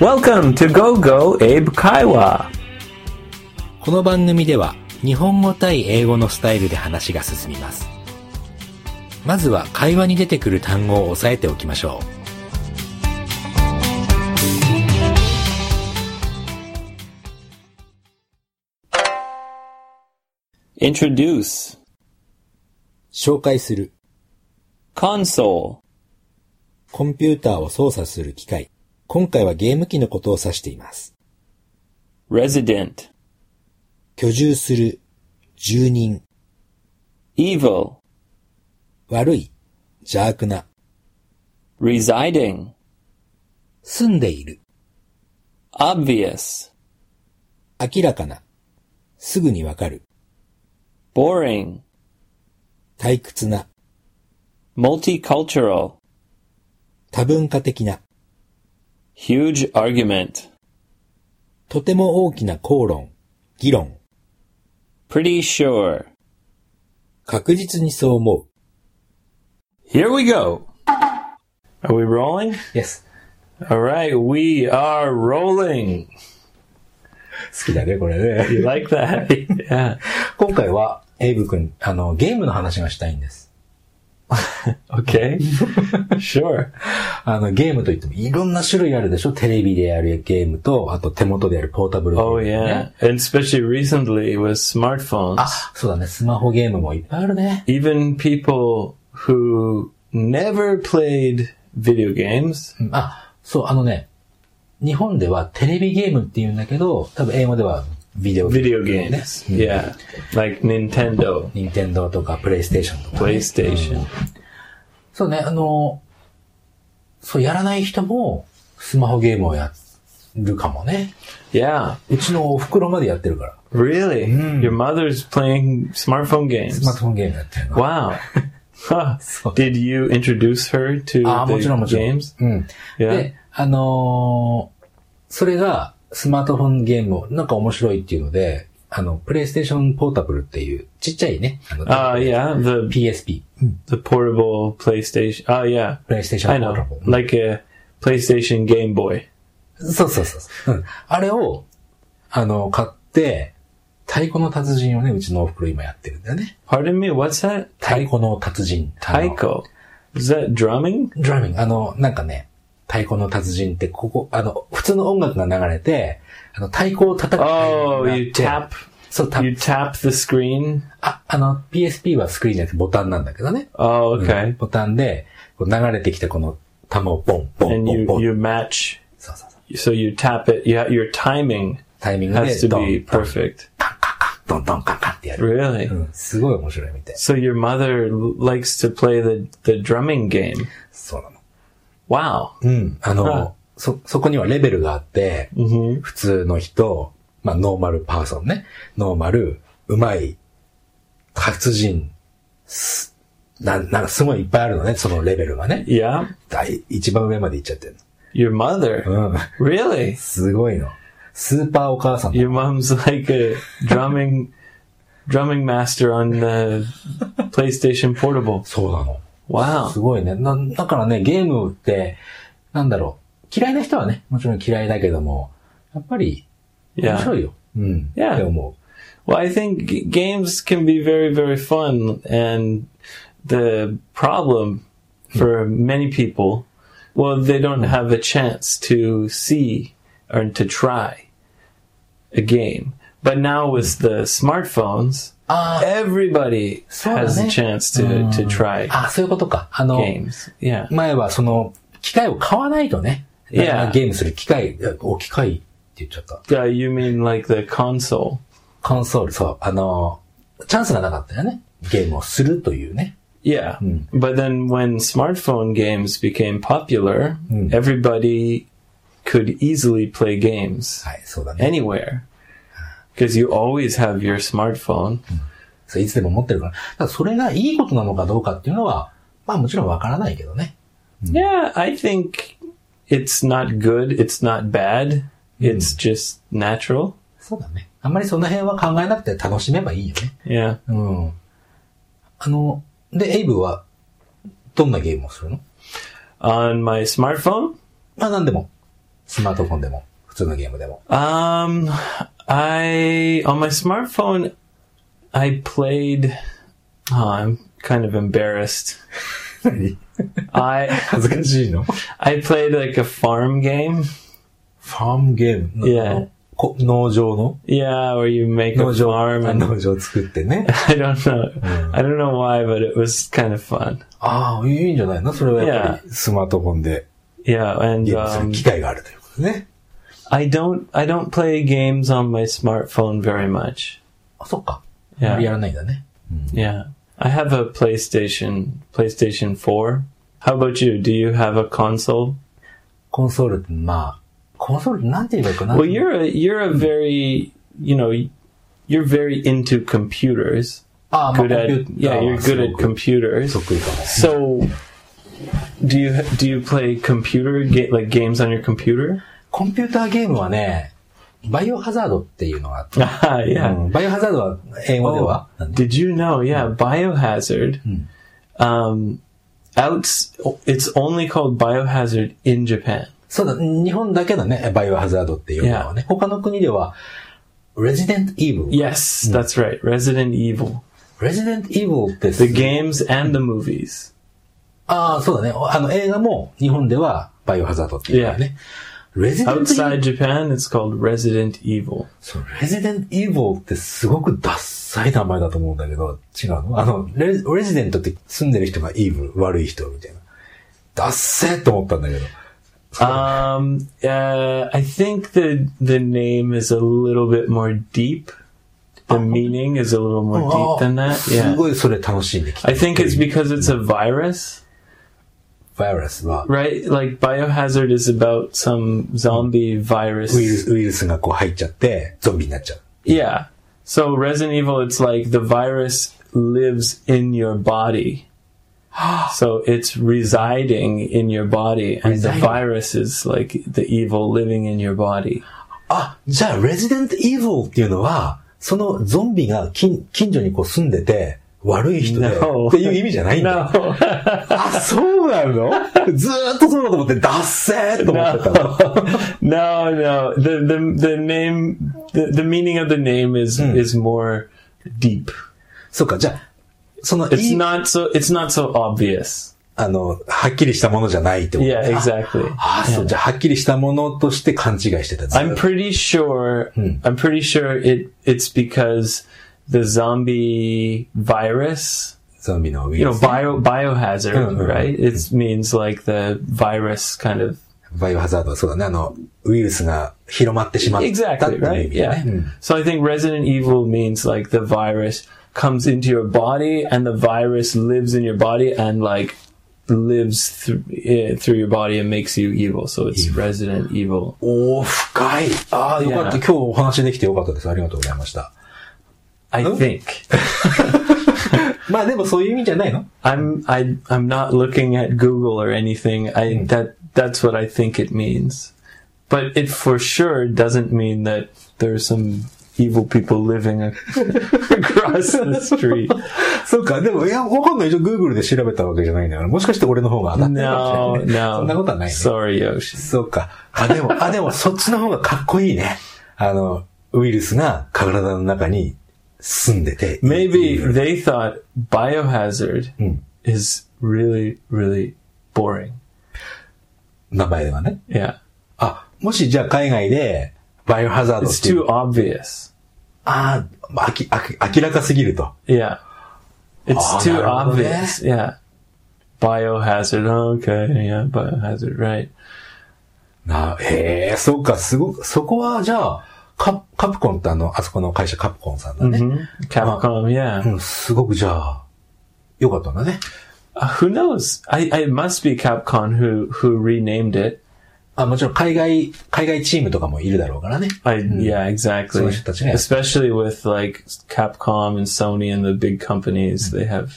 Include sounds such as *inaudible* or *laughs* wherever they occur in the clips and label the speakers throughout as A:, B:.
A: Welcome to Go Go Abe Kaiwa.
B: この番組では日本語対英語のスタイルで話が進みます。まずは会話に出てくる単語を押さえておきましょ
A: Introduce.
B: う。紹介する。
A: Console.
B: コンピューターを操作する機械。今回はゲーム機のことを指しています。
A: Resident.
B: 居住する。住人。
A: Evil.
B: 悪い。邪悪な。
A: Residing.
B: 住んでいる。
A: Obvious.
B: 明らかな。すぐにわかる。
A: Boring.
B: 退屈な。
A: Multicultural.
B: 多文化的な。
A: Huge argument.
B: とても大きな口論。議論。
A: Pretty sure.
B: 確実にそう思う。
A: Here we go. Are we rolling?
B: Yes.
A: All right, we are rolling.
B: 好きだね、これね。
A: You like that? *laughs* yeah.
B: 今回は、エイブ君、あの、ゲームの話がしたいんです。
A: *laughs* Okay. sure.
B: あの、ゲームといっても、いろんな種類あるでしょテレビでやるゲームと、あと手元でやるポータブルゲー
A: Oh
B: ム、ね。
A: yeah. And especially recently with smartphones.
B: あ、そうだね、スマホゲームもいっぱいあるね。
A: even people who never played video games
B: うんあ、そう、あのね、日本ではテレビゲームって言うんだけど、多分英語ではビデオゲーム、
A: video games
B: ね。
A: yeah like nintendo
B: 任天堂とかプレイステーションとか、
A: playstation
B: そうね、あの、そう、やらない人も、スマホゲームをやるかもね。
A: yeah
B: うちのお袋までやってるから。
A: really your mother's playing smartphone
B: スマー
A: games
B: トフォンゲームやってるの。
A: wow Huh.
B: So-
A: did you introduce her to
B: ああ、もちろんも
A: the
B: ちろん。
A: games
B: うん。
A: yeah
B: で、あのーそれが、スマートフォンゲームを、なんか面白いっていうので、あの、プレイステーションポータブルっていう、ちっちゃいね、あの、
A: uh yeah the
B: PSP、
A: the portable playstation oh yeah
B: プレイステーショ
A: i
B: ンポータ
A: know
B: ブル。
A: like a playstation game boy
B: そうそうそうそう。うん。あれを、あの、買って、太鼓の達人をね、うちのお袋今やってるんだよね。
A: pardon me what's that
B: 太鼓の達人。あの
A: taiko is that drumming
B: ドラミング、あの、なんかね、太鼓の達人って、ここ、あの、普通の音楽が流れて、あの、太鼓を叩く。
A: Oh, you tap,
B: そう、タップ
A: you tap the screen.
B: あ、あの、PSP はスクリーンじゃなくてボタンなんだけどね。
A: Oh, okay.
B: ボタンで、こう流れてきたこの玉をポン、ポン、
A: And
B: ポン、
A: you
B: ポン。
A: you match.
B: そうそうそ
A: So
B: う。
A: you tap it. Yeah, your timing
B: タイミングで
A: has to
B: ド
A: be
B: ン、
A: perfect.
B: ドン、ドン、カンカンってやる。
A: Really.
B: うん、すごい面白いみたい。
A: So your mother l- likes to play the the drumming game.
B: そうなの。
A: Wow.
B: うん。あ
A: あ
B: の、そ、そこにはレベルがあって、
A: hmm
B: 普通の人、まあ、ノーマルパーソンね。ノーマル、うまい、達人、す、なん、なんかすごいいっぱいあるのね、そのレベルがね。
A: Yeah.
B: 大一番上まで行っちゃってる
A: Your mother.
B: の。うん。
A: Really.
B: すごいの。スーパーお母さんだ
A: Your mom's *laughs* like a drumming drumming master on the PlayStation Portable.
B: そうなの。
A: Wow.
B: すごいね。な、だからね、ゲームって、なんだろう。嫌いな人はね、もちろん嫌いだけども、やっぱり、面
A: Yeah.
B: 白いよ。うん。
A: Yeah.
B: って思う。
A: Well, I think g- games can be very, very fun, and the problem for many people, well, they don't have a chance to see or to try a game. But now with the smartphones,
B: あ
A: everybody
B: So,
A: has a
B: yeah.
A: chance to, to try
B: あ、あそういうことか。あの、
A: games. Yeah.
B: 前はその、機械を買わないとね。
A: いや
B: だからゲームする機械、お、機械って言っちゃった。
A: Uh, you mean like the console?
B: コンソール、そう、あの、チャンスがなかったよね。ゲームをするというね。
A: Yeah. But then when smartphone games became popular, everybody could easily play games
B: はい、そうだね。
A: anywhere. Because you always have your smartphone.
B: そういつでも持ってるから。だからそれがいいことなのかどうかっていうのは、まあもちろんわからないけどね。
A: Yeah, I think it's not good, it's not bad, it's just natural.
B: そうだね。あんまりその辺は考えなくて楽しめばいいよね。
A: Yeah.
B: うん。あの、で、エイブは、どんなゲームをするの
A: Uh, on my smartphone.
B: まあなんでも。スマートフォンでも、普通のゲームでも。
A: Um, I on my smartphone, I played. Oh, I'm kind of embarrassed.
B: *laughs* 何
A: I *laughs*
B: 恥ずかしいのフ
A: I played like a farm game.
B: ァームゲーム。
A: いや
B: こ農場の
A: Yeah, where you make a
B: 農場、
A: farm
B: あ
A: and
B: 農場作ってね。
A: *laughs* I don't know. I don't know why, but it was kind of fun.
B: ああ、いいんじゃないのそれはやっぱりスマートフォンで
A: Yeah, and
B: ゲームする
A: um,
B: 機会があるということね。
A: I don't I don't play games on my smartphone very much.
B: あ、そっか。
A: いや
B: あんまりやらないんだね。
A: Yeah. I have a PlayStation, PlayStation 4. How about you? Do you have a console?
B: コンソールって、まあ、コンソールってなんて言えばいいかな。
A: Well, you're a you're a very, you know, you're very into computers.
B: ああ、ま
A: Good
B: あ、コンピュ
A: at
B: ーター
A: Yeah,
B: は
A: you're
B: す
A: Oh, good at
B: ごく
A: computers.
B: 得意かも。
A: So do you do you play computer ga- like games on your computer?
B: コンピューターゲームはね、バイオハザードっていうのがあって、
A: Ah, yeah.
B: うんバイオハザードは英語では、なんて
A: Did you know? Yeah, Biohazard. Um, out. It's only called Biohazard in Japan.
B: そうだ、日本だけだね、バイオハザードっていうのはね。他の国では、レジデントイーブル。
A: Yes, that's right. Resident Evil.
B: レジデントイーブルってす
A: The games and the movies.
B: ああ、そうだね。あの、映画も日本ではバイオハザードっていうのはね。レジデントイーブ
A: Outside
B: ル
A: Japan, it's called Resident Evil.
B: そう、レジデントイーブルってすごくダッサい名前だと思うんだけど、違うのあのレ、レジデントって住んでる人がイーブル、悪い人みたいな。ダッセーと思ったんだけど。
A: Um, uh, I think the the name is a little bit more deep. The meaning is a little
B: Oh.
A: more deep than
B: あー
A: that.
B: す
A: Yeah.
B: ごいそれ楽しんできた。
A: I think it's because it's a virus.
B: バイオラスは、
A: Right, like Biohazard is about some zombie virus.
B: ウイルス、ウイルスがこう入っちゃって、ゾンビになっちゃう。
A: Yeah. So Resident Evil, it's like the virus lives in your body. so it's residing in your body, and
B: Residing.
A: the virus is like the evil living in your body.
B: あ、じゃあ、レジデントイーブルっていうのは、そのゾンビが近近所にこう住んでて、悪い人で、
A: No.
B: っていう
A: *laughs*
B: 意味じゃないんだよ。
A: No,
B: あ、そうなの *laughs* ずーっとそうだと思って、ダッセーと思ってたの。
A: no, no. The the the name, the, the meaning of the name is is more deep.
B: そうか、じゃあ、その、
A: It's
B: いい
A: not so. It's not so obvious.
B: あの、はっきりしたものじゃないってこと
A: Yeah,
B: あ
A: exactly.
B: あ、そう、じゃあ、はっきりしたものとして勘違いしてた。ずー
A: I'm
B: っ
A: pretty sure. I'm pretty sure it. It's because the zombie virus.
B: とゾンビのウイ
A: You
B: ル
A: know,
B: ス。
A: bio biohazard,
B: Mm, mm,
A: right? It means like the virus kind of.
B: バイオハザードはそうだね。あの、ウイルスが広まってしまったって
A: Exactly
B: いう意
A: right.
B: 味だ
A: Yeah. Hmm.
B: ね。うん
A: So I think Resident Evil means like the virus comes into your body, and the virus lives in your body, and like lives through eh, through your body and makes you evil. So it's Resident Evil.
B: おー、深い。ああ、よかっ
A: Yeah.
B: た。今日お話できてよかったです。ありがとうございました。
A: I
B: Oh.
A: think
B: まあでもそういう意味じゃないの
A: I'm I I'm not looking at Google or anything. I that that's what I think it means. But it for sure doesn't mean that there are some evil people living *laughs* ac- across the street.
B: そうか。でも、いや、わかんないでしょ。Google で調べたわけじゃないんだから。もしかして俺の方が当 *laughs* たってるか
A: No,
B: もしれないね。そんなことは
A: no.
B: ないね。
A: Sorry, Yoshi.
B: そうか。あ、でも、あ、でも、そっちの方がかっこいいね。あの、ウイルスが体の中に住んでて。
A: Maybe they thought biohazard
B: Hmm.
A: is really really boring.
B: 名前ではね。
A: Yeah.
B: あ、もしじゃあ海外で、バイオハザード
A: It's
B: っていう
A: too obvious.
B: あーまあ、あき、あき、明らかすぎると。
A: Yeah.
B: Oh,
A: It's too
B: no,
A: obvious. Yeah. Biohazard. Okay. Yeah. Biohazard. Right.
B: な、へえ、そうか、すごく、そこはじゃあ、カカプコンってあの、あそこの会社カプコンさんだね。
A: Mhm.
B: Oh.
A: Capcom. yeah.
B: うん、すごくじゃあ、よかったんだね。
A: Uh, who knows? I, I it must be Capcom who, who renamed it.
B: あ、もちろん海外、海外チームとかもいるだろうからね。
A: I, yeah, exactly.
B: そういう人たちね。
A: Especially with like Capcom and Sony and the big companies, they have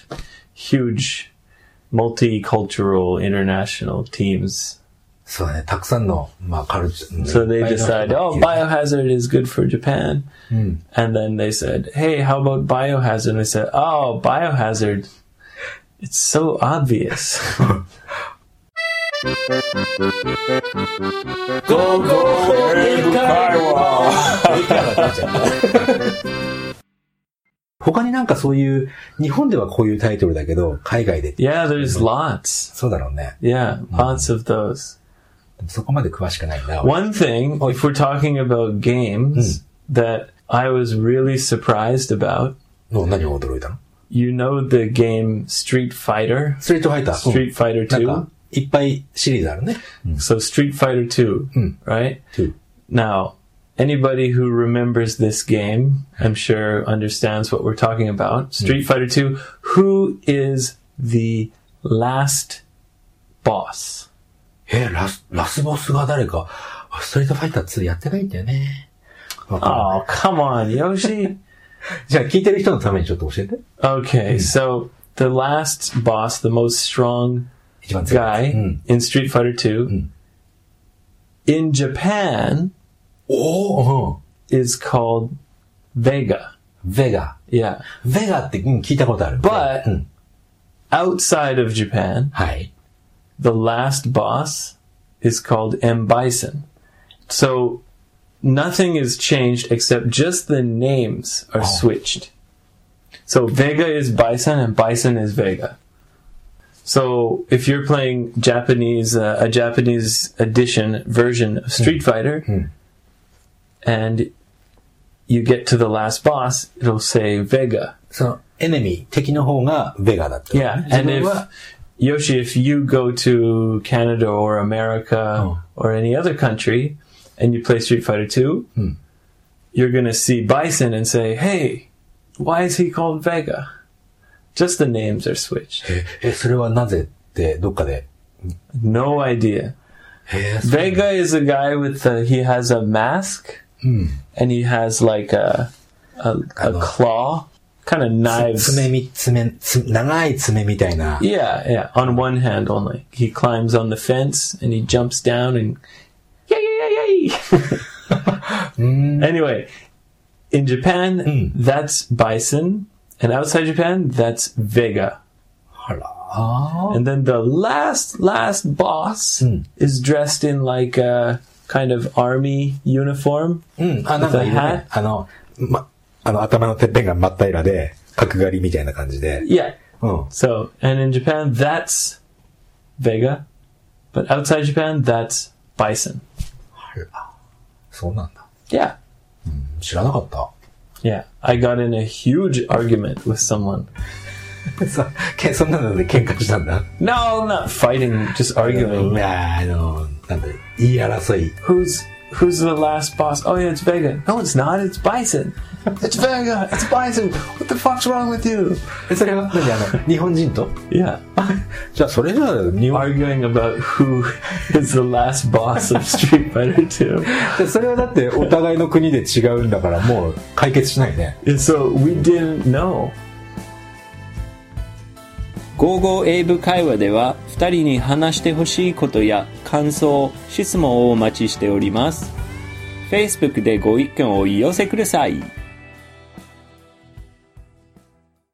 A: huge multicultural international teams.
B: そうだね、たくさんの、まあ、カルチャー。
A: So they
B: いっぱいの人がい
A: decide,
B: る
A: oh, biohazard is good for Japan. And then they said, hey, how about biohazard? And they said, oh, biohazard. It's so obvious. Go, go,
B: 英語会話他になんかそういう、日本ではこういうタイトルだけど、海外
A: *laughs*
B: で、
A: Yeah, there's lots.
B: そうだろうね。
A: Yeah, lots of those.
B: でもそこまで詳しくないな。俺
A: One thing, if we're talking about games that I was really surprised about,
B: の何を驚いたの
A: you know the game Street Fighter?
B: ストリートファイター。
A: Street Fighter
B: うんなん
A: 2?
B: か、いっぱいシリーズあるね。
A: So Street Fighter 2, right? Now, anybody who remembers this game, I'm sure understands what we're talking about. Street Fighter 2, who is the last boss?
B: え、ラス、ラスボスが誰か、あストリートファイター2やってないんだよね。わかんない
A: Oh, come on, Yoshi. Hmm.
B: じゃあ聞いてる人のためにちょっと教えて。
A: *laughs* Okay, so the last boss, the most strong
B: 一番強い。
A: guy
B: うん。
A: in Street Fighter 2 in Japan
B: おお、
A: is called Vega.
B: ベガ。
A: Yeah.
B: ベガって、うん、聞いたことある。
A: But-
B: うん、
A: Outside of Japan,
B: はい。
A: the last boss is called M. Bison. So nothing is changed except just the names are switched. So Vega is Bison and Bison is Vega. So if you're playing Japanese, uh, a Japanese edition version of Street Fighter, and you get to the last boss, it'll say Vega.
B: その、エネミー、敵の方がベガだった。
A: Yeah,
B: 自
A: and
B: 分
A: if
B: は、
A: Yoshi, if you go to Canada or America
B: Oh.
A: or any other country and you play Street Fighter Two, you're gonna see Bison and say, "Hey, why is he called Vega?" Just the names are switched.
B: え、えそれはなぜって、どっかで。
A: No idea.
B: へえ、そう
A: Vega is a guy with the, he has a mask and he has like a a, a
B: know.
A: claw, kind of knives.
B: 爪み、爪、つ長い爪みたいな。
A: Yeah, yeah. On one hand only. He climbs on the fence and he jumps down and yay, yay, yay, yay. anyway, in Japan, that's bison, and outside Japan, that's Vega.
B: あらー
A: And then the last, last boss is dressed in like a kind of army uniform.
B: うん、あ、なんかいる
A: The hat?
B: ね。あの、ま、あの、頭のてっぺんが真っ平らで、角刈りみたいな感じで。
A: Yeah.
B: うん。
A: So, and in Japan, that's Vega, but outside Japan, that's bison.
B: そうなんだ。
A: Yeah.
B: 知らなかった。
A: Yeah, I got in a huge argument with someone.
B: そけそんなので喧嘩したんだ。
A: No, not fighting, just
B: い
A: arguing.
B: やあの、なんだ、言い争い。
A: Who's who's the last boss? Oh yeah, it's Vega. No, it's not. It's Bison. It's Vega. It's Bison. What the fuck's wrong with you?
B: えそれは、何あの、日本人と
A: Yeah,
B: じゃあ、それじゃあ、日本
A: arguing about who *laughs* is the last boss of Street *laughs* Fighter Two.
B: それはだって、お互いの国で違うんだから、もう解決しないね。
A: And so we didn't know.
C: ゴーゴー英語会話では2人に話してほしいことや感想、質問をお待ちしております。Facebook でご意見をお寄せください。